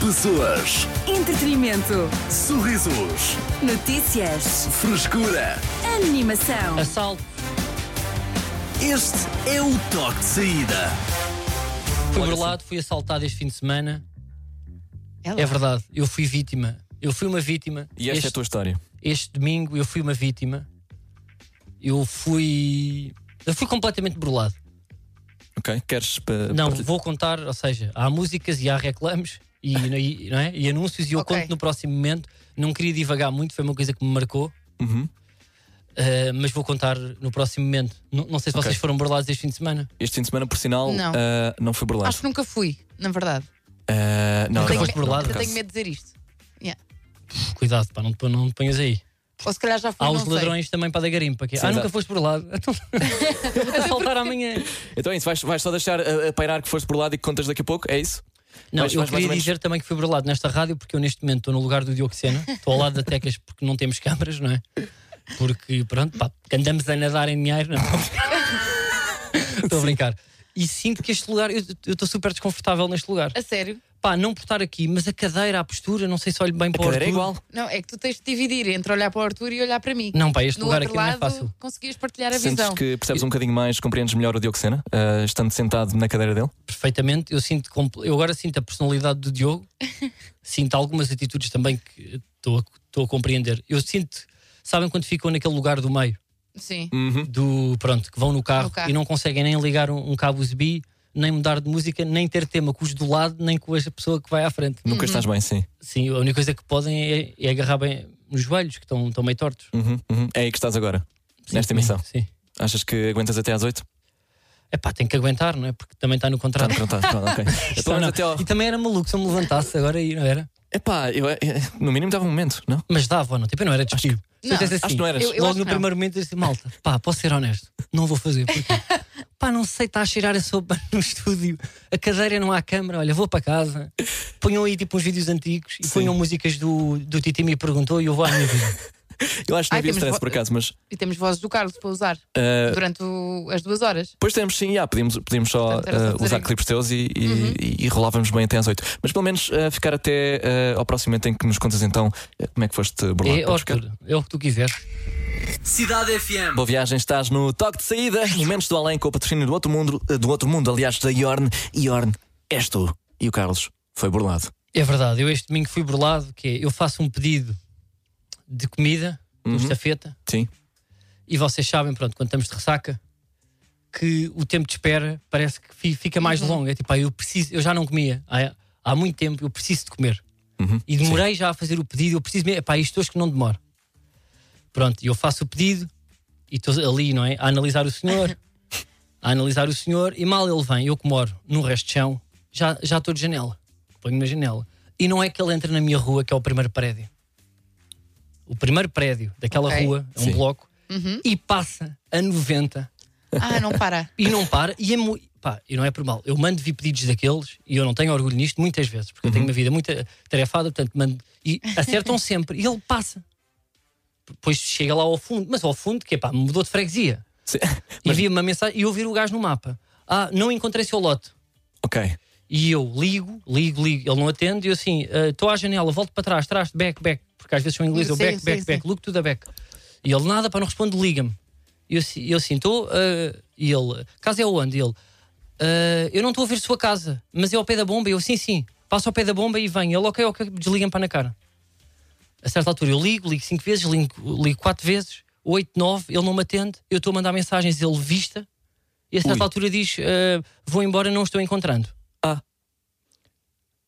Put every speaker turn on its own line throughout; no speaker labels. Pessoas,
Entretenimento.
sorrisos,
Notícias.
frescura.
Animação.
Assalto.
Este é o toque de saída.
Fui
Olha,
burlado, fui assaltado este fim de semana.
É lá.
É verdade, eu fui vítima. Eu fui uma vítima.
E esta
este,
é a tua história.
este domingo eu fui uma vítima. Eu fui. Eu fui completamente burlado.
Ok? Queres. pa-
Não,
partilhar?
vou contar, ou seja, há músicas e há reclames e, e- não é? e anúncios e eu
Ok.
conto no próximo momento. Não queria divagar muito, foi uma coisa que me marcou.
Uhum.
eh, mas vou contar no próximo momento. Não, não sei se
Ok.
vocês foram burlados este fim de semana.
Este fim de semana, por sinal,
Não.
ah, não foi burlado.
Acho que nunca fui, na verdade.
Ah, não,
Nunca
não,
foste
não,
burlado?
por
Eu tenho
acaso.
medo de dizer isto. Yeah.
Cuidado, pá, não, te- não te ponhas aí.
Ou se calhar já fui,
Há
não
os
sei.
ladrões também para dar garimpa. Que é,
Sim,
ah,
exato.
nunca foste burlado. Então, eu vou-te assaltar amanhã.
Então é isso, vais, vais só deixar ah, a pairar que foste burlado e que contas daqui a pouco? É isso?
Não,
Mas-
eu
mas mais ou
queria
menos-
dizer também que fui burlado nesta rádio porque eu neste momento estou no lugar do Diogo Sena. Estou ao lado da Tecas porque não temos câmaras, não é? Porque, pronto, pá, andamos a nadar em dinheiro, não. é? Estou a brincar. E sinto que este lugar, eu eu estou super desconfortável neste lugar.
A sério?
Pá, não por estar aqui, mas a cadeira, a postura, não sei se olho bem para o
Cadeira é
Arthur.
igual.
Não, é que tu tens de dividir entre olhar para o Arthur e olhar para mim.
Não, pá, este
no
lugar
outro
aqui
lado,
não é fácil.
conseguias partilhar a
Sentes
visão.
que percebes um bocadinho mais, compreendes melhor o Diogo Sena, ah, estando sentado na cadeira dele?
perfeitamente. Eu sinto compl- eu agora sinto a personalidade do Diogo, sinto algumas atitudes também que estou a, estou a compreender. Eu sinto, sabem quando ficam naquele lugar do meio,
Sim.
Uhum.
do pronto, que vão no carro,
No carro.
e não conseguem nem ligar um, um cabo USB, nem mudar de música, nem ter tema com os do lado, nem com a pessoa que vai à frente.
Nunca estás bem, sim.
Sim, a única coisa que podem é, é agarrar bem os joelhos, que estão, estão meio tortos.
Uhum, uhum. É aí que estás agora,
Sim,
nesta
também,
emissão.
Sim.
Achas que aguentas até às 8?
É pá, tem que aguentar, não é? Porque também está no
Tá,
contrato.
pronto, tá, pronto, ok. Então,
Não,
mas
não.
até ao...
E também era maluco se eu me levantasse agora aí, não era?
Epá, eu, eu- no mínimo dava um momento, não?
Mas dava, ou não? Tipo, eu não era despedido. assim. Se eu
Não,
dissesse
acho que não eras.
Eu- eu
logo
acho
no
que não.
primeiro momento eu disse, malta, pá, posso ser honesto, não vou fazer. Porquê? pá, não sei, está a cheirar a sopa no estúdio, a cadeira não há câmara, olha, vou para casa, ponham aí tipo uns vídeos antigos e ponham músicas do, do Titi me perguntou e eu vou à minha vida.
Eu acho que não
Ai,
havia
temos
stress
vo-
por acaso, mas.
E temos vozes do Carlos para usar
ah,
durante o- as duas horas.
Pois temos sim, já, podíamos, podíamos só
Portanto, era só
eh,
fazer
usar
aqui.
clipes teus e, e,
Uhum.
e- e rolávamos bem até às 8. Mas pelo menos eh, ficar até eh, ao próximo momento em que nos contas então eh, como é que foste burlado.
É, ó,
Podes ficar?
Arthur, é o que tu quiseres.
Cidade FM.
Boa viagem, estás no toque de saída, Momentos do Além com o patrocínio do outro mundo, eh, do outro mundo aliás, da Yorn. Yorn, és tu. E o Carlos foi burlado.
É verdade, eu este domingo fui burlado, que é, eu faço um pedido de comida,
Uhum.
de estafeta,
Sim.
e vocês sabem, pronto, quando estamos de ressaca, que o tempo de espera parece que fi- fica mais longo. É tipo, ah, eu preciso, eu já não comia há, há muito tempo, eu preciso de comer. E demorei já a fazer o pedido, eu preciso mesmo, pá, isto hoje que não demora. Pronto, e eu faço o pedido e estou ali, não é? A analisar o senhor, a analisar o senhor, e mal ele vem, eu que moro no resto de chão, já já estou de janela, ponho na janela. E não é que ele entra na minha rua, que é o primeiro prédio. O primeiro prédio daquela
Ok.
rua, é um
Sim.
bloco, e passa a 90
Ah, não para.
e não para. E é muito. Pá, e não é por mal. Eu mando vir pedidos daqueles e eu não tenho orgulho nisto muitas vezes, porque eu tenho uma vida muito tarefada, portanto mando. E acertam sempre. E ele passa. Depois chega lá ao fundo, mas ao fundo, que é pá, mudou de freguesia.
Sim.
E Envia-me uma mensagem e eu viro o gajo no mapa. Ah, não encontrei seu lote.
ok.
E eu ligo, ligo, ligo, ele não atende, e eu assim, "Ah, estou à janela, volto para trás, trás, back, back, porque às vezes são em inglês, eu
Sim,
back,
sim,
back,
sim.
back, look to the back. E ele nada, para não responde, liga-me. E eu, assim- eu assim, estou, ah, e ele, casa é onde? E ele, "Ah, eu não estou a ver sua casa, mas é ao pé da bomba, e eu, sim, sim, passo ao pé da bomba e venho. Ele, ok, ok, desliga-me para na cara. A certa altura eu ligo, ligo cinco vezes, ligo, ligo quatro vezes, oito, nove, ele não me atende, eu estou a mandar mensagens, ele vista, e a certa
Ui.
altura diz, "Ah, vou embora, não estou encontrando.
Ah,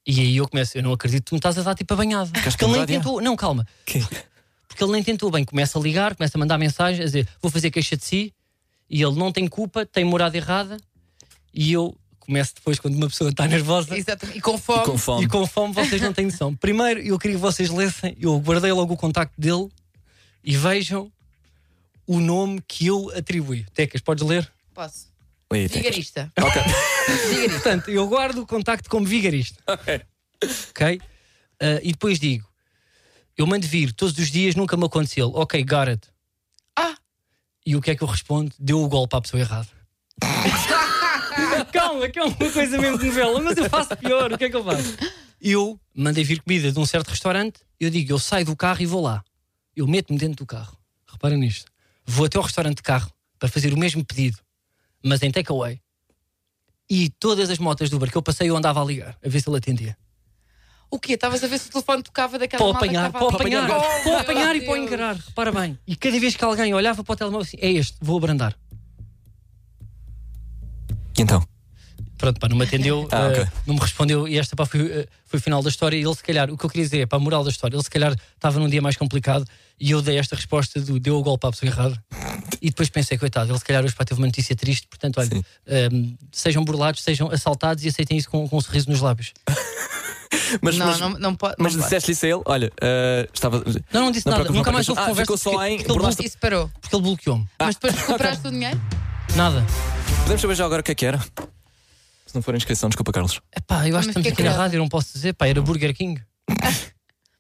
E aí eu começo, eu não acredito que tu me estás a dar tipo a banhada.
Queres
Porque ele nem
comprar, já?
tentou, não, calma,
que...
porque ele nem tentou bem. Começa a ligar, começa a mandar mensagens, a dizer vou fazer queixa de si e ele não tem culpa, tem morada errada. E eu começo depois, quando uma pessoa está nervosa
Exatamente. E com fome.
E é com fome.
e com fome, vocês não têm noção. Primeiro, eu queria que vocês lessem, eu guardei logo o contacto dele e vejam o nome que eu atribuí. Tecas, podes ler?
Posso.
Aí, tem.
Vigarista.
Ok.
Vigarista.
Portanto, eu guardo o contacto como vigarista. Ok? Ah, e depois digo: eu mando vir todos os dias, nunca me aconteceu. Ok, got it.
Ah!
E o que é que eu respondo? Deu o golpe à pessoa errada. Calma, que é uma coisa mesmo de novela, mas eu faço pior. O que é que eu faço? Eu mandei vir comida de um certo restaurante, eu digo, eu saio do carro e vou lá. Eu meto-me dentro do carro. Repara nisto. Vou até ao restaurante de carro para fazer o mesmo pedido, mas em takeaway. E todas as motas do Uber que eu passei, eu andava a ligar, a ver se ele atendia.
O quê? Estavas a ver se o telefone tocava daquela
Para
malta que
apanhar,
estava
para
a-
apanhar,
Oh,
para
meu
apanhar e para
Deus.
encarar. Repara bem. E cada vez que alguém olhava para o telemóvel assim, é este, vou abrandar.
E então?
Pronto, pá, não me atendeu,
Ah,
eh,
ok.
não me respondeu e esta pá, foi, eh, foi o final da história. E ele, se calhar, o que eu queria dizer é para a moral da história, ele, se calhar, estava num dia mais complicado e eu dei esta resposta do deu o golpe à pessoa errada. E depois pensei, coitado, ele, se calhar, hoje pá, teve uma notícia triste. Portanto, olha,
Sim.
ehm, sejam burlados, sejam assaltados e aceitem isso com, com um sorriso nos lábios.
Mas,
Não,
mas,
não, não pode.
mas
não pode.
disseste-lhe isso a ele? Olha, ah, estava.
Não, não disse
Não,
nada,
pronto,
nunca
não,
mais
pronto.
houve
Ah,
conversa
ficou só
porque-
em-
porque ele
burlaste-
Isso parou.
blo- porque ele bloqueou-me.
Mas depois recuperaste o dinheiro?
Nada.
Podemos saber já agora o que é que era? Se não for inscrição, desculpa, Carlos.
Epá, eu acho que
Mas
estamos
que
é
aqui na
credo.
rádio, eu não posso dizer, pá, era Burger King.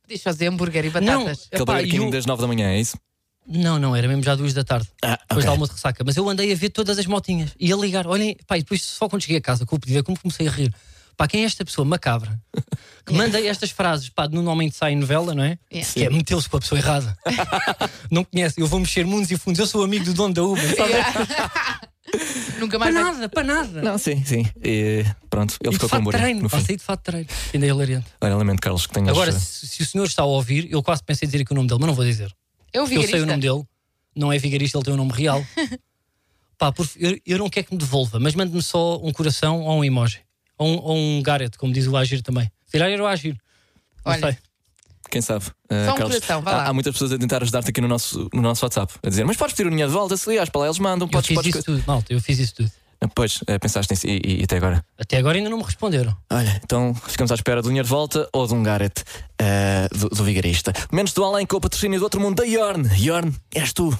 Podias fazer hambúrguer e
Não,
batatas.
Aquele
epá,
Burger
É e
King
o-
das 9 da manhã, é isso?
Não, não, era mesmo já duas da tarde.
Ah,
Depois
ok.
do almoço de ressaca. Mas eu andei a ver todas as motinhas e a ligar. Olhem, pá, e depois só quando cheguei a casa com o pedido, é como comecei a rir. Pá, quem é esta pessoa macabra que manda estas frases? Pá, normalmente sai em novela, não é?
Yeah.
Que é meteu-se com a pessoa errada. não conhece, eu vou mexer mundos e fundos, eu sou amigo do dono da Uber, sabe?
Nunca
Para
mais. vai-
nada, para nada.
Não, sim, sim. E, pronto,
é
ele
E de
ficou com o
fato
Burger.
treino,
no
pá,
fim.
saí de fato treino. Ainda é hilariante.
Olha, lamento, Carlos, que tenhas.
Agora,
ah,
se, se o senhor está a ouvir, eu quase pensei em dizer aqui o nome dele, mas não vou dizer.
Eu
Porque
vi
eu sei o nome dele, não é vigarista, ele tem um nome real. Pá, por, eu, eu não quero que me devolva, mas mande-me só um coração ou um emoji. Ou um, ou um Garrett, como diz o Agir também. Se calhar era o Agir. Não
Olha.
sei.
Quem sabe? Ah,
Só um
Carlos,
coração, vá
há,
lá.
há muitas pessoas a tentar ajudar-te aqui no nosso, no nosso WhatsApp. A dizer, mas podes pedir o dinheiro de volta, se ligares para lá, eles mandam,
Eu
podes.
fiz
podes
isso tudo, malta, eu fiz isso tudo.
Ah, Pois, ah, pensaste nisso e, e- e até agora.
Até agora ainda não me responderam.
Olha, então ficamos à espera do dinheiro de volta ou de um Garrett ah, do, do vigarista. Menos do além com o patrocínio do outro mundo da Yorn. Yorn, és tu.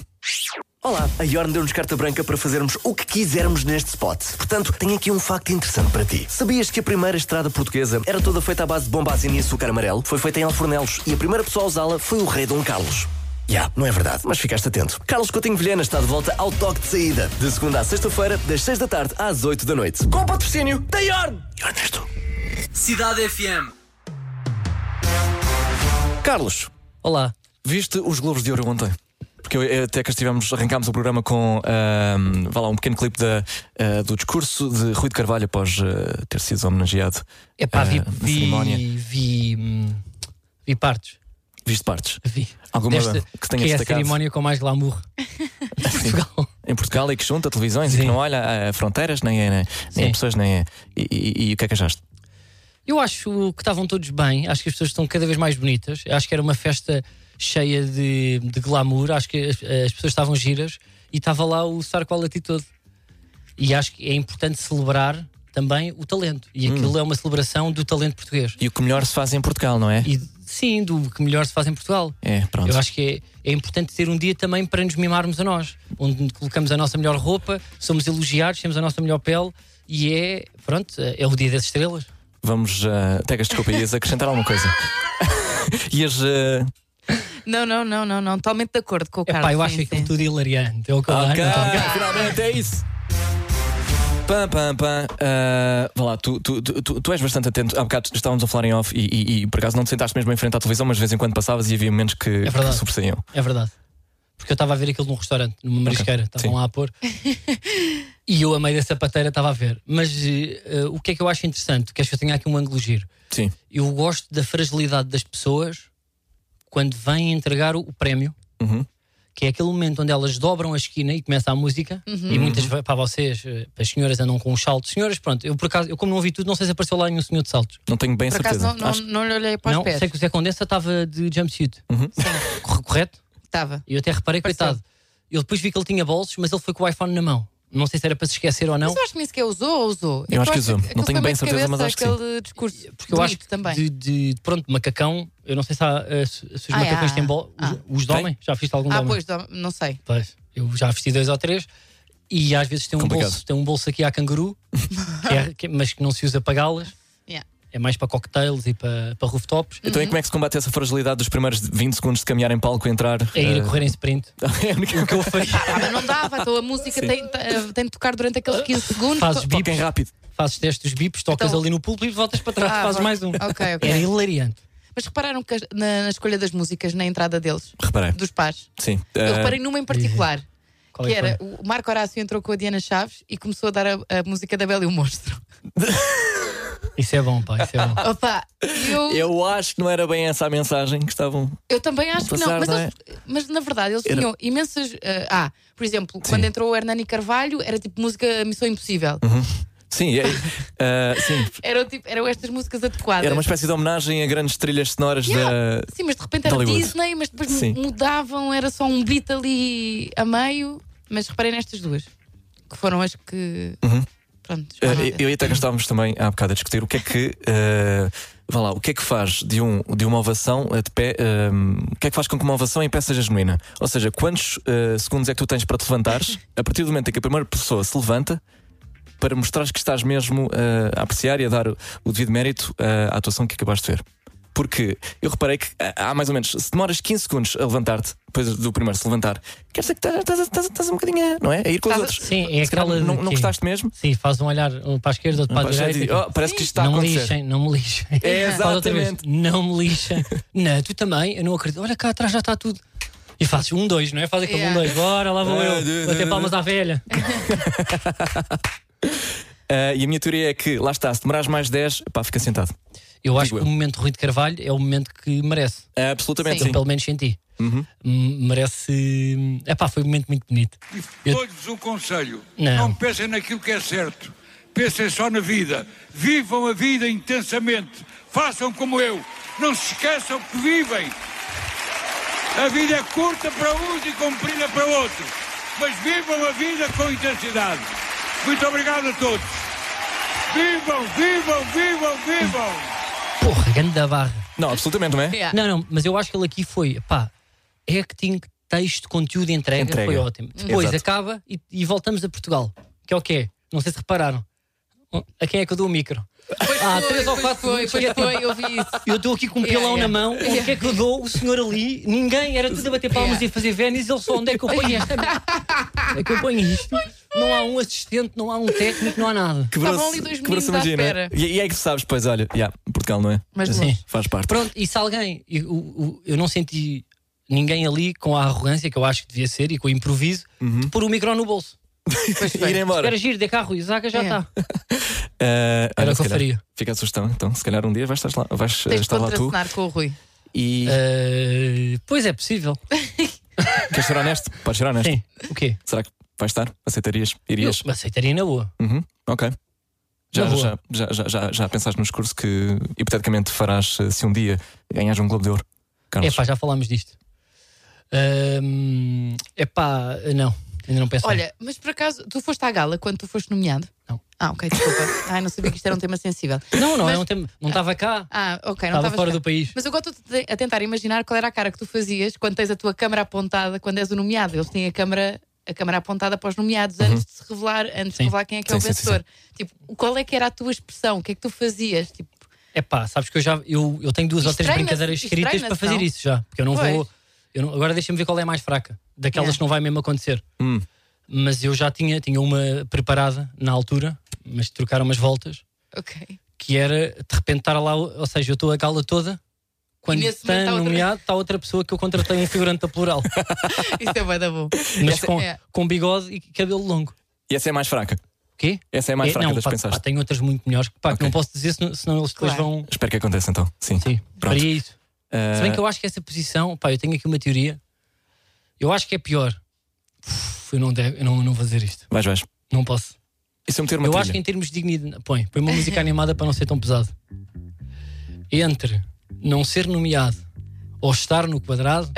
Olá, a Yorn deu-nos carta branca para fazermos o que quisermos neste spot. Portanto, tenho aqui um facto interessante para ti. Sabias que a primeira estrada portuguesa era toda feita à base de bombazina e açúcar amarelo? Foi feita em Alfornelos e a primeira pessoa a usá-la foi o rei Dom Carlos. Já, não é verdade, mas ficaste atento. Carlos Coutinho Vilhena está de volta ao toque de saída. De segunda à sexta-feira, das seis da tarde às oito da noite. Com o patrocínio da Yorn! Yorn és tu.
Cidade FM.
Carlos,
Olá.
Viste os Globos de Ouro ontem? Porque eu, eu, até que estivemos, arrancámos o programa com ahm, vá lá, um pequeno clipe da, ah, do discurso de Rui de Carvalho após ah, ter sido homenageado.
É pá, vi,
ah, na cerimónia.
vi, vi, hum, vi partes.
Viste partes.
Vi.
Alguma
Desta-
que tenha
é a
destacado
cerimónia com mais glamour.
Sim.
Portugal.
em Portugal e que junta televisões e
Sim.
que não olha a, a fronteiras, nem a, nem a
Sim.
pessoas, nem a, e, e- e o que é que achaste?
Eu acho que estavam todos bem, acho que as pessoas estão cada vez mais bonitas. Acho que era uma festa cheia de, de glamour, acho que as, as pessoas estavam giras e estava lá o Sar com a latitude. E acho que é importante celebrar também o talento. E aquilo é uma celebração do talento português.
E o que melhor se faz em Portugal, não é?
E sim, do que melhor se faz em Portugal.
É, pronto.
Eu acho que é, é importante ter um dia também para nos mimarmos a nós, onde colocamos a nossa melhor roupa, somos elogiados, temos a nossa melhor pele e é, pronto, é o dia das estrelas.
Vamos, ah, Tegas, desculpa, ias acrescentar alguma coisa. ias. ah,
Não, não, não, não, não. Totalmente de acordo com o Carlos.
Epá, eu
sim,
acho aquilo
sim.
tudo hilariante. É o que eu acho.
Ok, finalmente é isso. Pam, pam, pam. Ah, vá lá, tu, tu, tu, tu- tu és bastante atento. Há bocado estávamos a falar em off e, e- e por acaso não te sentaste mesmo em frente à televisão, mas de vez em quando passavas e havia momentos que, é que
verdade.
sobressaíam.
É verdade. Porque eu estava a ver aquilo num restaurante, numa marisqueira, estavam
sim.
lá a pôr. e eu, a meio da sapateira, estava a ver. Mas eh, eh, o que é que eu acho interessante? Queres que eu tenha aqui um ângulo giro?
Sim.
Eu gosto da fragilidade das pessoas quando vêm entregar o, o prémio,
Uhum.
que é aquele momento onde elas dobram a esquina e começa a música.
Uhum.
Uhum.
E muitas vezes, para vocês, eh, as senhoras andam com um salto. Senhoras, pronto, eu por acaso, eu como não ouvi tudo, não sei se apareceu lá nenhum senhor de saltos.
Não tenho bem
Por acaso
certeza.
não, não,
Acho-
não lhe olhei para
não,
os pés.
sei que o Zé Condensa estava de jumpsuit.
Uhum.
Corre- Correto?
Estava.
Eu até reparei,
Pareceu.
coitado. Eu depois vi que ele tinha bolsos, mas ele foi com o iPhone na mão. Não sei se era para se esquecer ou não.
Mas eu acho que nem sequer usou ou usou. É
Eu acho que usou. Não
aquele
tenho bem
saber de
certeza, mas
cabeça,
acho que
aquele discurso.
Porque eu acho
é bonito
que
também.
de, de- pronto, macacão, eu não sei se, há, eh, se- se os
Ah,
macacões
é,
têm
ah,
bolsos.
ah.
Os de
Tem?
homem, já viste algum de
Ah,
um homem?
pois, dá- não sei.
Pois, Eu já vesti dois ou três. E às vezes tem um,
Complicado.
bolso, tem um bolso aqui à canguru, que é- que- mas que não se usa para galas.
Yeah.
É mais para cocktails e para, para rooftops.
Então,
uhum.
e como é que se combate essa fragilidade dos primeiros 20 segundos de caminhar em palco e entrar?
É ir a
ah,
correr em sprint.
é a única
O que eu faria?
Ah, mas não dava, então a música tem, tem- tem de eh, tocar durante aqueles 15 segundos.
Fazes
Co-
bips.
Toquem rápido.
fazes testes dos bips, tocas
Então-
ali no pulpo e voltas para trás,
Ah,
fazes
vai-
mais um.
Ok, ok.
Era hilariante.
Mas repararam que as- na, na escolha das músicas, na entrada deles,
Reparei.
dos pais,
Sim.
eu
Eh,
reparei numa em particular.
Qual é
Que
que foi?
era, o Marco Horácio entrou com a Diana Chaves e começou a dar a, a música da Bela e o Monstro.
Isso é bom, pá, isso é bom.
Opa, eu, eu,
eu acho que não era bem essa a mensagem que estavam.
também acho que não.
Passar,
Mas,
não é?
eles- mas, na verdade, eles
Era-
tinham imensas. eh, ah, por exemplo, quando entrou o Hernani Carvalho, era tipo música Missão Impossível.
Uhum. Sim, é- eh, sim.
Eram, tipo, eram estas músicas adequadas.
Era uma espécie de homenagem a grandes trilhas sonoras
Yeah.
da.
Sim, mas de repente era
Hollywood.
Disney, mas depois
Sim.
mudavam, era só um beat ali a meio. Mas reparei nestas duas, que foram as que. Pronto,
Eh,
já não-
eu e até que estávamos também há bocado a discutir o que é que. eh, vá lá, o que é que faz de, um, de uma ovação eh, de pé. eh, o que é que faz com que uma ovação em pé seja genuína? Ou seja, quantos eh, segundos é que tu tens para te levantares a partir do momento em que a primeira pessoa se levanta para mostrares que estás mesmo eh, a apreciar e a dar o, o devido mérito eh, à atuação que acabaste de ver? Porque eu reparei que eh, há mais ou menos, se demoras 15 segundos a levantar-te, depois do primeiro se levantar, quer dizer que estás- estás estás- estás um bocadinho a, não é? a ir com os
Estás-
outros.
Sim, é
Se calhar
aquela. de
não, não
que-
gostaste mesmo?
Sim, faz um olhar um para a esquerda, outro para a
Pá, já
direita. tipo,
digo, oh, parece que isto está a
não me
acontecer.
lixem, não me lixem.
É,
Faz outra vez,
exatamente.
Não me lixem. não, tu também, eu não acredito. Olha cá atrás já está tudo. E fazes um, dois, não é? Faz aquele
Yeah.
um, dois, bora, lá vou
Ah, de-
eu.
de-
Bater palmas à velha.
Ah, e a minha teoria é que, lá está, se demorares mais 10, pá, fica sentado.
Eu acho
Digo
que
eu.
o momento de Rui de Carvalho é o momento que merece.
Ah, absolutamente
Sim.
sim.
Pelo menos senti.
Uhum.
M- Merece. É pá, foi um momento muito bonito. Eu-
Todos um conselho.
Não.
pensem naquilo que é certo. Pensem só na vida. Vivam a vida intensamente. Façam como eu. Não se esqueçam que vivem. A vida é curta para uns e comprida para outros. Mas vivam a vida com intensidade. Muito obrigado a todos. Vivam, vivam, vivam, vivam.
Porra, grande da barra.
Não, absolutamente, não é?
Yeah.
Não, não, mas eu acho que ele aqui foi, pá, acting, texto, conteúdo, entrega,
Entrega.
foi ótimo.
Hum.
Depois
Exato.
acaba e, e voltamos a Portugal, que é o que é. Não sei se repararam. A quem é que eu dou o micro?
Pois
Há
foi,
três ou
pois
quatro
foi,
segundos
pois foi, eu vi isso.
Eu estou aqui com um
Yeah,
pilão
yeah.
na mão, onde é que eu dou? O senhor ali, ninguém, era tudo a bater palmas
Yeah.
e a fazer vénis, ele só, onde é que eu ponho esta? merda? Onde é que eu ponho isto? Não há um assistente, não há um técnico, não há nada.
Quebrou-se-
ali dois
quebrou-se a
meninos à
magia, não é?
espera.
E, e é que tu sabes, pois, olha, yeah, Portugal, não é?
Mas
Assim,
longe.
Faz parte.
Pronto, e se alguém, eu, eu- eu não senti ninguém ali com a arrogância que eu acho que devia ser e com o improviso, de pôr o micro no bolso.
Pois
Ir
foi.
embora.
Era giro, de carro e zaga já tá.
É.
está.
Ah, olha,
Era o
se
que eu
calhar-
faria.
Fica a sugestão, então. Se calhar um dia vais estar lá, vais, eh,
Tens de
estar lá tu
contracenar com o Rui.
e.
Eh, pois é possível.
Queres ser honesto? Podes ser honesto.
Sim. O quê?
Será que vais estar? Aceitarias?
Eu
Irias?
aceitaria na boa.
Uhum. Ok. Já,
Na boa.
já, já, já, já, já pensaste no discurso que hipoteticamente farás eh, se um dia ganhares um Globo de Ouro?
É
Carlos.
pá, já falámos disto. É pá, não. Ainda não pensei.
Olha, mas por acaso, tu foste à gala quando tu foste nomeado?
Não.
Ah, ok, desculpa. Ai, não sabia que isto era um tema sensível.
não, não,
mas-
é um tema- não estava cá.
Ah, ok,
Estava
não estavas
fora
cá.
do país.
Mas agora estou a tentar imaginar qual era a cara que tu fazias quando tens a tua câmara apontada, quando és o nomeado. Eles têm a câmara, a câmara apontada para os nomeados antes de se revelar, antes de
Uhum. Sim.
revelar quem é que é o
Sim, sim, sim,
vencedor. Tipo, qual é que era a tua expressão? O que é que tu fazias? Tipo,
É pá, sabes que eu já eu, eu tenho duas
Isto
ou três
treina-se,
brincadeiras
isto
escritas
treina-se,
para fazer
não?
isso já. Porque eu não
Pois.
vou. eu não- agora deixa-me ver qual é a mais fraca. Daquelas
Yeah.
que não vai mesmo acontecer.
Hum.
Mas eu já tinha, tinha uma preparada na altura, mas trocaram umas voltas.
ok.
que era de repente estar lá, ou seja, eu estou a gala toda. Quando
nesse
está
momento há outra-
nomeado, está outra pessoa que eu contratei um figurante da plural,
Isso é bué da bom.
mas com,
é.
com bigode e cabelo longo.
E essa é a mais fraca.
O quê?
Essa é a mais fraca
não,
das
pá,
pensaste.
pá, tenho outras muito melhores que, pá, que
Ok.
não posso dizer, senão, senão eles depois
Claro.
vão.
Espero que aconteça então. Sim.
Sim,
Pronto.
faria isso.
Ah,
Se bem que eu acho que essa posição, pá, eu tenho aqui uma teoria, eu acho que é pior. Uf, eu não, devo, eu não, não vou dizer isto,
Vais, vais.
não posso.
E se eu meter uma
Eu
trilha?
acho que em termos de dignidade. Põe, põe uma música animada para não ser tão pesado. Entre não ser nomeado ou estar no quadrado,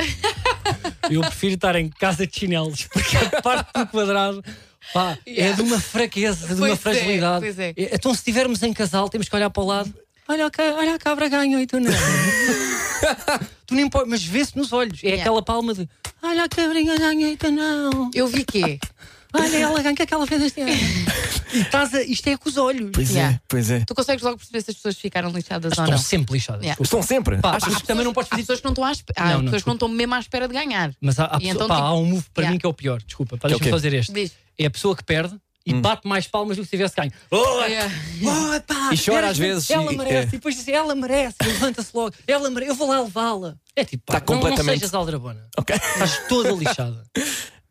eu prefiro estar em casa de chinelos, porque a parte do quadrado pá, é
Yeah.
de uma fraqueza, de uma
Pois é,
fragilidade.
pois é.
Então, se estivermos em casal, temos que olhar para o lado. Olha, a ca- olha a cabra ganhou e tu não. tu nem podes, mas vê-se nos olhos. É
Yeah.
aquela palma de olha a cabrinha ganhou e tu não.
Eu vi quê?
Olha ela ganha que aquela fez este ano. E estás a, isto é com os olhos.
Pois
Yeah.
é, pois é.
Tu consegues logo perceber se as pessoas ficaram lixadas ou
Estão
não?
sempre lixadas.
Yeah.
desculpa.
Estão sempre.
Pá,
Achas-
acho que também não podes
Há
pedir.
pessoas que não estão à espera. Há
Não, não,
pessoas que não estão mesmo à espera de ganhar.
Mas há, há
E
pessoa-
então,
pá,
tipo,
há um move para
yeah.
mim que é o pior. Desculpa, pá,
Que é o
deixa-me
quê?
fazer este.
Diz.
É a pessoa que perde e bate mais palmas do que se tivesse ganho.
Yeah.
Oh, epá,
E chora
era-
às vezes,
Ela
e-
merece.
é.
E depois diz, assim, ela merece. e Levanta-se logo. Ela merece. Eu vou lá levá-la. É tipo, pá,
Tá
não, não
completamente-
sejas aldrabona.
Ok.
Estás toda lixada.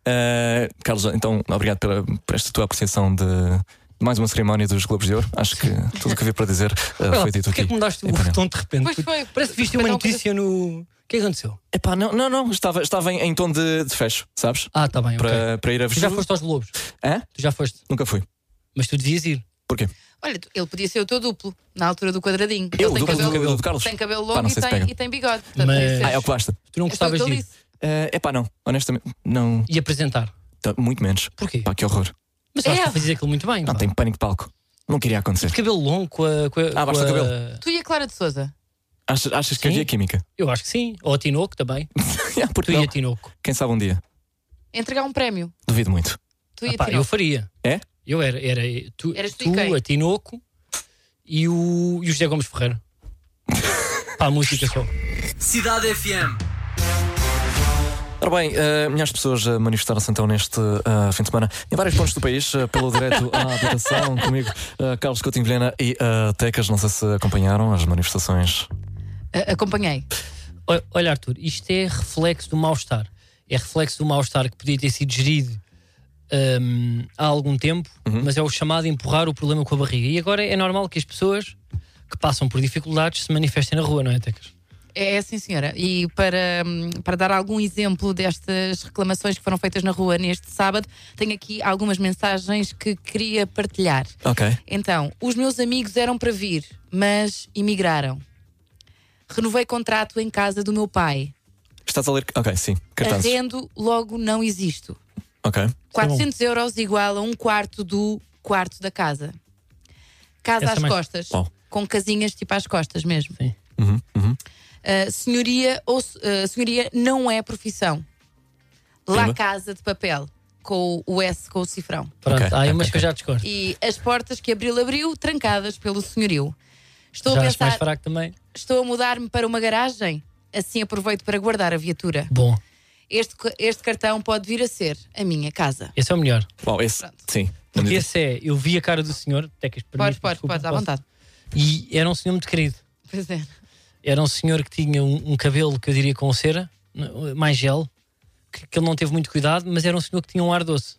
Uh, Carlos, então, obrigado pela, por esta tua apreciação de mais uma cerimónia dos Globos de Ouro. Acho que tudo o que havia para dizer uh, foi dito
Porquê
aqui.
é que mudaste
em
o
painel.
tom de repente?
Pois foi.
Parece que viste
Mas
uma
não,
notícia no. O que é que aconteceu?
Epá, não, não, não. Estava, estava em, em tom de, de fecho, sabes?
Ah, tá bem, ok.
Para, para ir a
Tu
vestir.
já foste aos Globos.
Hã?
Tu já foste.
Nunca fui.
Mas tu devias ir.
Porquê?
Olha, tu- ele podia ser o teu duplo, na altura do quadradinho.
Eu,
ele
do, do cabelo do Carlos?
tem cabelo
Pá,
longo
não
e,
sei se
tem,
pega.
e tem bigode. Portanto,
Mas-
podia ser-
Ah, é o que basta.
Tu não
É só o
gostavas
que
de
ele
ir.
disse.
Uh, epá, não. Honestamente, não.
E apresentar.
Tá, Muito menos.
Porquê?
Pá, que horror.
Mas eu acho
É.
que tu fazias aquilo muito bem.
Não,
pá.
tem pânico de palco. Não queria acontecer.
De cabelo longo com a. com a-
Ah, basta
com
o
a-
Tu e a Clara de Souza?
Achas, achas que
Sim.
havia química?
Eu acho que sim. Ou a Tinoco também.
Ah,
Tu
Porque
e
não?
a Tinoco.
Quem sabe um dia.
Entregar um prémio.
Duvido muito.
Tu e
Ah, pá,
a
eu
Tinoco.
faria.
É?
Eu era. era tu,
Eras tu e
tu,
quem?
a Tinoco e o, e o José Gomes Ferreira. Pá, a música só.
Cidade FM.
Ora bem, eh, milhares de pessoas eh, manifestaram-se então neste eh, fim de semana em vários pontos do país, eh, pelo direito à habitação, comigo eh, Carlos Coutinho Vilhena e eh, Tecas. Não sei se acompanharam as manifestações.
A- Acompanhei.
Ol- Olha, Arthur, isto é reflexo do mal-estar. É reflexo do mal-estar que podia ter sido gerido hum, há algum tempo,
Uhum.
mas é o chamado empurrar o problema com a barriga. E agora é normal que as pessoas que passam por dificuldades se manifestem na rua, não é, Tecas?
É, é sim, senhora. E para, hum, para dar algum exemplo destas reclamações que foram feitas na rua neste sábado, tenho aqui algumas mensagens que queria partilhar.
Ok.
Então, os meus amigos eram para vir, mas emigraram. Renovei contrato em casa do meu pai.
Estás a ler. Ok, sim. Cartazes.
Arrendo, logo não existo.
Ok.
Tá
400 euros igual a um quarto do quarto da casa. Casa
Essa é
às
mais-
costas.
Uau.
Com casinhas tipo às costas mesmo.
Sim.
Uh, senhoria, ou, se- uh, senhoria não é profissão. Lá
Pimba.
casa de papel. Com o S com o cifrão.
Pronto,
Ok,
há aí
ok,
umas
ok.
que eu já discordo.
E as portas que abriu, abriu, trancadas pelo senhorio. Estou
Já
a
acho mais
pensar,
fraco também.
estou a mudar-me para uma garagem? Assim aproveito para guardar a viatura.
Bom,
Este, co- este cartão pode vir a ser a minha casa.
esse é o melhor.
Uau, esse. Sim.
Porque esse é, eu vi a cara do senhor, Tecas,
Podes,
permite-me,
podes,
desculpa,
podes, à
posso?
vontade.
E era um senhor muito querido.
Pois é.
era um senhor que tinha um, um cabelo que eu diria com cera, n- mais gel, que, que ele não teve muito cuidado, mas era um senhor que tinha um ar doce.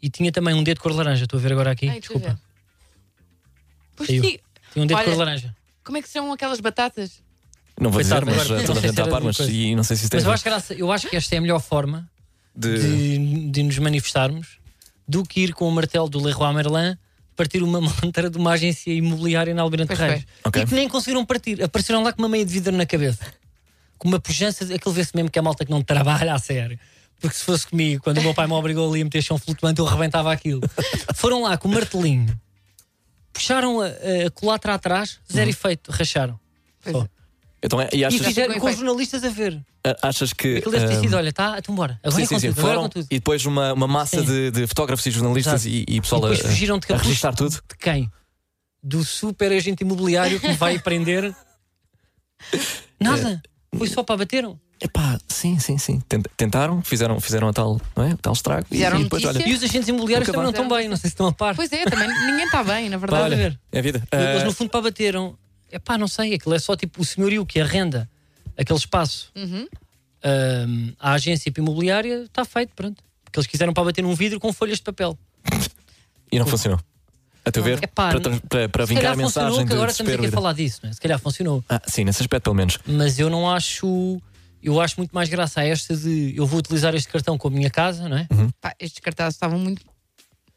E tinha também um dedo de cor de laranja, estou a ver agora aqui,
Uhum. Ai, deixa eu
desculpa.
ver. Pois
Saiu.
sim.
Tinha um dedo de
Olha,
cor de laranja.
Como é que se chamam aquelas batatas?
Não vou dizer,
Coitado,
mas
agora,
eh,
não
toda a
sei
gente
se
está a
era
par, mas.
alguma coisa.
E não sei se isso tem.
Mas eu
a
acho, que essa- eu acho que esta é a melhor forma
ver de...
de, de nos manifestarmos do que ir com o martelo do Leroy Merlin partir uma montra de uma agência imobiliária na Almirante
Pois
Reis.
Ok.
E que nem conseguiram partir. Apareceram lá com uma meia de vidro na cabeça. Com uma pujança, de- aquilo vê-se mesmo que é a malta que não trabalha a sério. Porque se fosse comigo, quando o meu pai me obrigou ali a meter chão flutuante, eu rebentava aquilo. Foram lá com o martelinho, puxaram a, a culatra atrás, zero
Uhum.
efeito, racharam.
Pois
Só.
é.
Então, é- e
E
achas,
fizeram
ficou
com os
efeito.
jornalistas a ver.
a- achas que.
Aquilo deve ter
eh,
sido: olha, tá, então bora. Agora
Sim,
é
sim,
com
sim.
tudo, agora é
Foram
com tudo.
e depois uma, uma massa
Sim.
de, de fotógrafos e jornalistas
Exato.
e, e pessoal
E depois
a-
fugiram de
a,
capuz.
registrar tudo.
De quem? Do super agente imobiliário que me vai prender? Nada. Foi só para bateram.
Epá, sim, sim, sim. Tent- Tentaram, fizeram, fizeram a tal, não é? tal estrago.
um
E-
Fizeram
e depois,
notícia.
olha,
E os agentes imobiliários
Nunca
também não
mais.
estão bem, não sei se estão a par.
Pois é, também ninguém está bem, na
pá,
verdade.
Olha.
olha, é a vida.
Eles
Ah,
no fundo para bateram. É pá, não sei, aquilo é só tipo o senhorio que arrenda aquele espaço ahm, à agência imobiliária, está feito, pronto. Porque eles quiseram para bater num vidro com folhas de papel.
e não funcionou. A teu ver,
Epá,
para, trans- para, para
Se
vingar
calhar
a
funcionou,
mensagem
que
de
agora estamos
desespero.
aqui a
e de-
falar disso, não é? se calhar funcionou.
Ah, sim, nesse aspecto pelo menos.
mas eu não acho. Eu acho muito mais graça a esta de eu vou utilizar este cartão com a minha casa, não é?
Uhum.
Pá, estes cartazes estavam muito.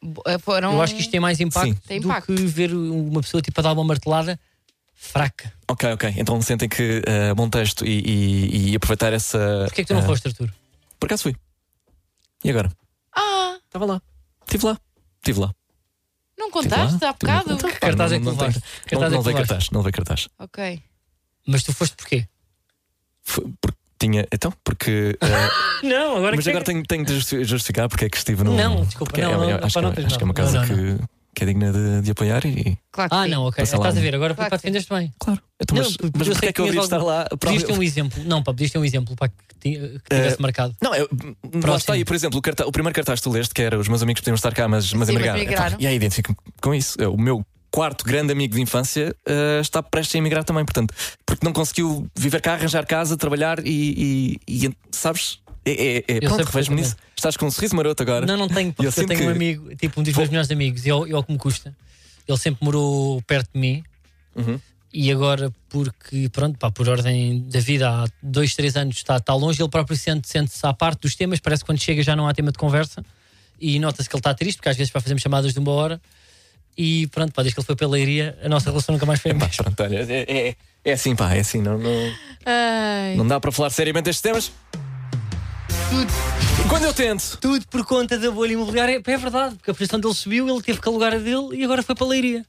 bo- eh, Foram.
Eu acho que isto tem mais
Sim.
impacto
Tem
do
impacto.
que ver uma pessoa tipo a dar uma martelada fraca.
Ok, ok. Então sentem que ah, bom texto e, e- e aproveitar essa.
Porquê é que tu não
ah,
foste, Arthur?
Por acaso fui. E agora?
Ah,
Estava lá. Estive lá. Estive lá.
não
Estive lá.
contaste há
Estive lá.
bocado?
Então, pá,
Cartaz é que
não- não
levaste.
tenho-
Cartaz é que
Não não levei
levaste.
cartaz, não levei cartaz.
Ok.
Mas tu foste porquê?
Foi porque tinha. Então, porque. ah,
Não, agora
Mas agora tenho, tenho de justi- justificar porque é que estive num.
Não, desculpa,
porque
não,
é-
não,
é-
não,
acho,
pá, não
que, é-
tens
acho que é uma
nada.
casa
Não,
que. que é digna de, de apoiar e.
Claro que
Ah,
sim.
não, ok.
Passa lá
Estás a
um.
ver, agora
Claro
pá,
que sim.
defendeste bem.
Claro. Então, mas
porque
mas porquê é que eu
tinhas
devia estar
algum-
lá? para-
Podias ter um exemplo. Não, pá, podias ter um exemplo pá, que, ti- que
Eh,
tivesse marcado.
Não, eu, lá está aí, por exemplo, o, carta- o primeiro cartaz que tu leste, que era os meus amigos podiam estar cá, mas, mas
Sim, mas
emigraram.
emigraram.
Epá, E aí identifico-me com isso. Eu, O meu quarto grande amigo de infância eh, está prestes a emigrar também, portanto, porque não conseguiu viver cá, arranjar casa, trabalhar e, e- e, sabes? É, é, é, pronto,
sei
revejo-me nisso. Estás com um sorriso maroto agora.
Não, não tenho, porque eu,
sinto
tenho um
que-
amigo, tipo um dos meus melhores amigos, e eu, eu ao que me custa. Ele sempre morou perto de mim. E agora, porque, pronto, pá, por ordem da vida, há dois, três anos está, está longe, ele próprio sente- sente-se à parte dos temas. Parece que quando chega já não há tema de conversa. E nota-se que ele está triste, porque às vezes para fazemos chamadas de uma hora. E pronto, pá, desde que ele foi para a leiria, a nossa relação nunca mais foi a
Pá,
mesma.
pronto, olha, é, é, é assim, pá, é assim, não, não,
Ai.
não dá para falar seriamente destes temas. E Quando eu tento,
Tudo por conta da bolha imobiliária. É verdade, porque a posição dele subiu, ele teve que alugar a dele e agora foi para a leiria.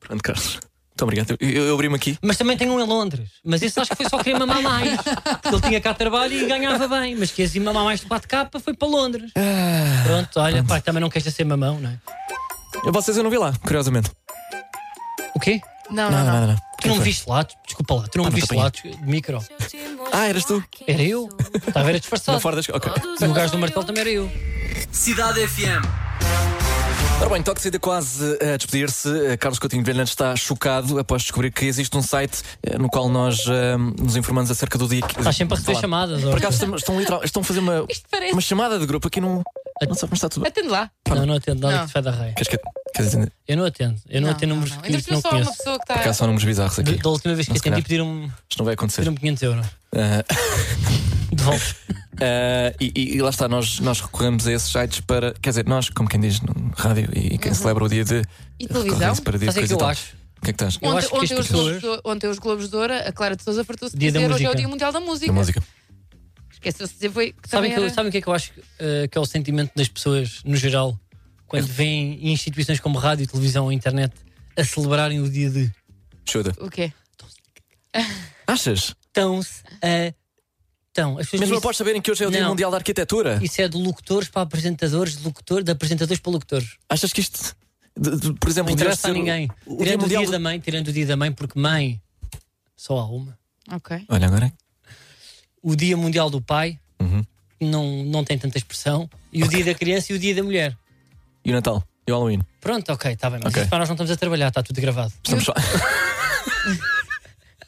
pronto, Carlos, muito obrigado. Eu, eu, eu abri-me aqui.
Mas também tem um em Londres. Mas esse acho que foi só querer mamar mais. Porque ele tinha cá trabalho e ganhava bem. Mas quis ir mamar mais de 4K, foi para Londres.
Ah,
Pronto, olha, pá, também não queres ser mamão, não é?
Vocês eu não vi lá, curiosamente. Ah,
O quê?
Não, não, não.
nada, nada.
Tu não me viste lá? Tu- Desculpa lá, tu não me
não
viste
te
lá de micro.
Ah, eras tu?
Era eu? Estava era disfarçado.
Não fora das. Ok.
O gajo do martelo também era eu.
Cidade FM.
Ora bem, Tóxica quase eh, a despedir-se. Eh, Carlos Coutinho Vilhena está chocado após descobrir que existe um site eh, no qual nós eh, nos informamos acerca do dia que.
Estás sempre a receber
Falar.
chamadas.
Por
ó.
acaso estão, estão, literal- estão a fazer uma,
Isto parece-
uma chamada de grupo aqui num. Não sei, mas está tudo bem.
Atende lá.
Não, não atendo nada
Não.
que se faz da raia.
Queres que. Queres entender?
Eu não atendo. Eu não, atendo números
não.
que
Ainda por cima
não
só há uma
conheço.
pessoa que tá-
Por acaso
está.
são números bizarros
Da
aqui.
da última vez que
Não, se
atendi,
calhar.
pediram-me
Isto não vai acontecer.
pediram 500 euros.
Eh,
De volta.
eh, e, e- e lá está, nós, nós recorremos a esses sites para. Quer dizer, nós, como quem diz, no rádio e quem celebra o dia de.
Uhum. E
recorre a
televisão?
isso para dia de
Sabes o que
coisa e
eu
tal.
acho?
O que é que tens?
Eu
Ontem,
acho que as
ontem os Globos
pessoas-
de, Ouro- ontem os Globos de Ouro, a Clara de Souza fartou-se de
Dia da
dizer hoje é o
música.
Dia Mundial da Música.
A música.
Esqueceu-se de dizer foi que
Sabem
também
que eu-
era-
sabem o que é que eu acho eh, que é o sentimento das pessoas, no geral, quando vêm instituições como rádio, televisão ou internet a celebrarem o dia de.
Chuda.
O quê?
Achas?
Estão-se a. Estão. As pessoas
Mesmo
dizem,
após saberem que hoje é o Dia
Não.
Mundial da Arquitetura,
isso é de locutores para apresentadores, de, locutor, de apresentadores para locutores.
achas que isto. de- de- por exemplo,
Não interessa a
tivesse-
ninguém.
o Dia
tirando o
Mundial
dia
do-
da mãe, tirando o dia da mãe, porque mãe só há uma.
Ok.
Olha, agora.
O dia mundial do pai
Uhum.
não, não tem tanta expressão. E o dia da criança e o dia da mulher.
E o Natal? E o Halloween?
Pronto, ok, está bem. Mas
Ok.
isso para nós não estamos a trabalhar, está tudo gravado.
Estamos só.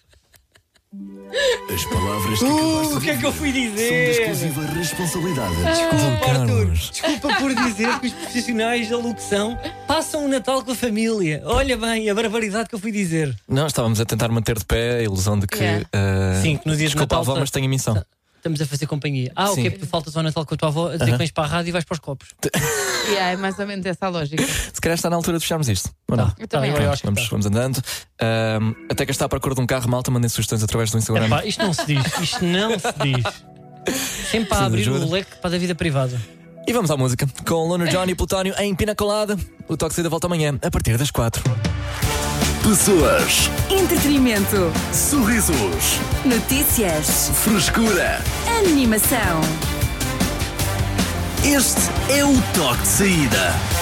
As palavras que acabaste
O que é que é? eu fui
são de
dizer?
exclusiva responsabilidade.
Desculpa, Arthur,
Carlos.
desculpa por dizer que os profissionais da locução passam o Natal com a família. Olha bem a barbaridade que eu fui dizer.
Não, estávamos a tentar manter de pé a ilusão de que.
Yeah.
eh,
Sim, que no dia de
Desculpa,
Natal
avó,
tá-
mas tenho a missão.
Estamos a fazer companhia. Ah,
Sim.
ok, porque tu faltas ao Natal com a tua avó a dizer que vens para a rádio e vais para os copos.
Yeah, é mais ou menos essa a lógica.
Se calhar está na altura de fecharmos isto. Ou não?
Tá,
Eu
tá,
também
eu
Pronto,
acho que
vamos,
tá.
vamos andando. Ahm, até que está à procura de um carro, malta, mandem sugestões através do Instagram.
Epá, isto não se diz, isto não se diz. Sempre a abrir
ajuda?
o leque para a vida privada.
E vamos à música. Com Lono Johnny e Plutónio em Pina Colada. O Toque de Saída volta amanhã, a partir das 4.
Pessoas,
Entretenimento.
sorrisos,
Notícias.
frescura.
Animação.
Este é o toque de saída.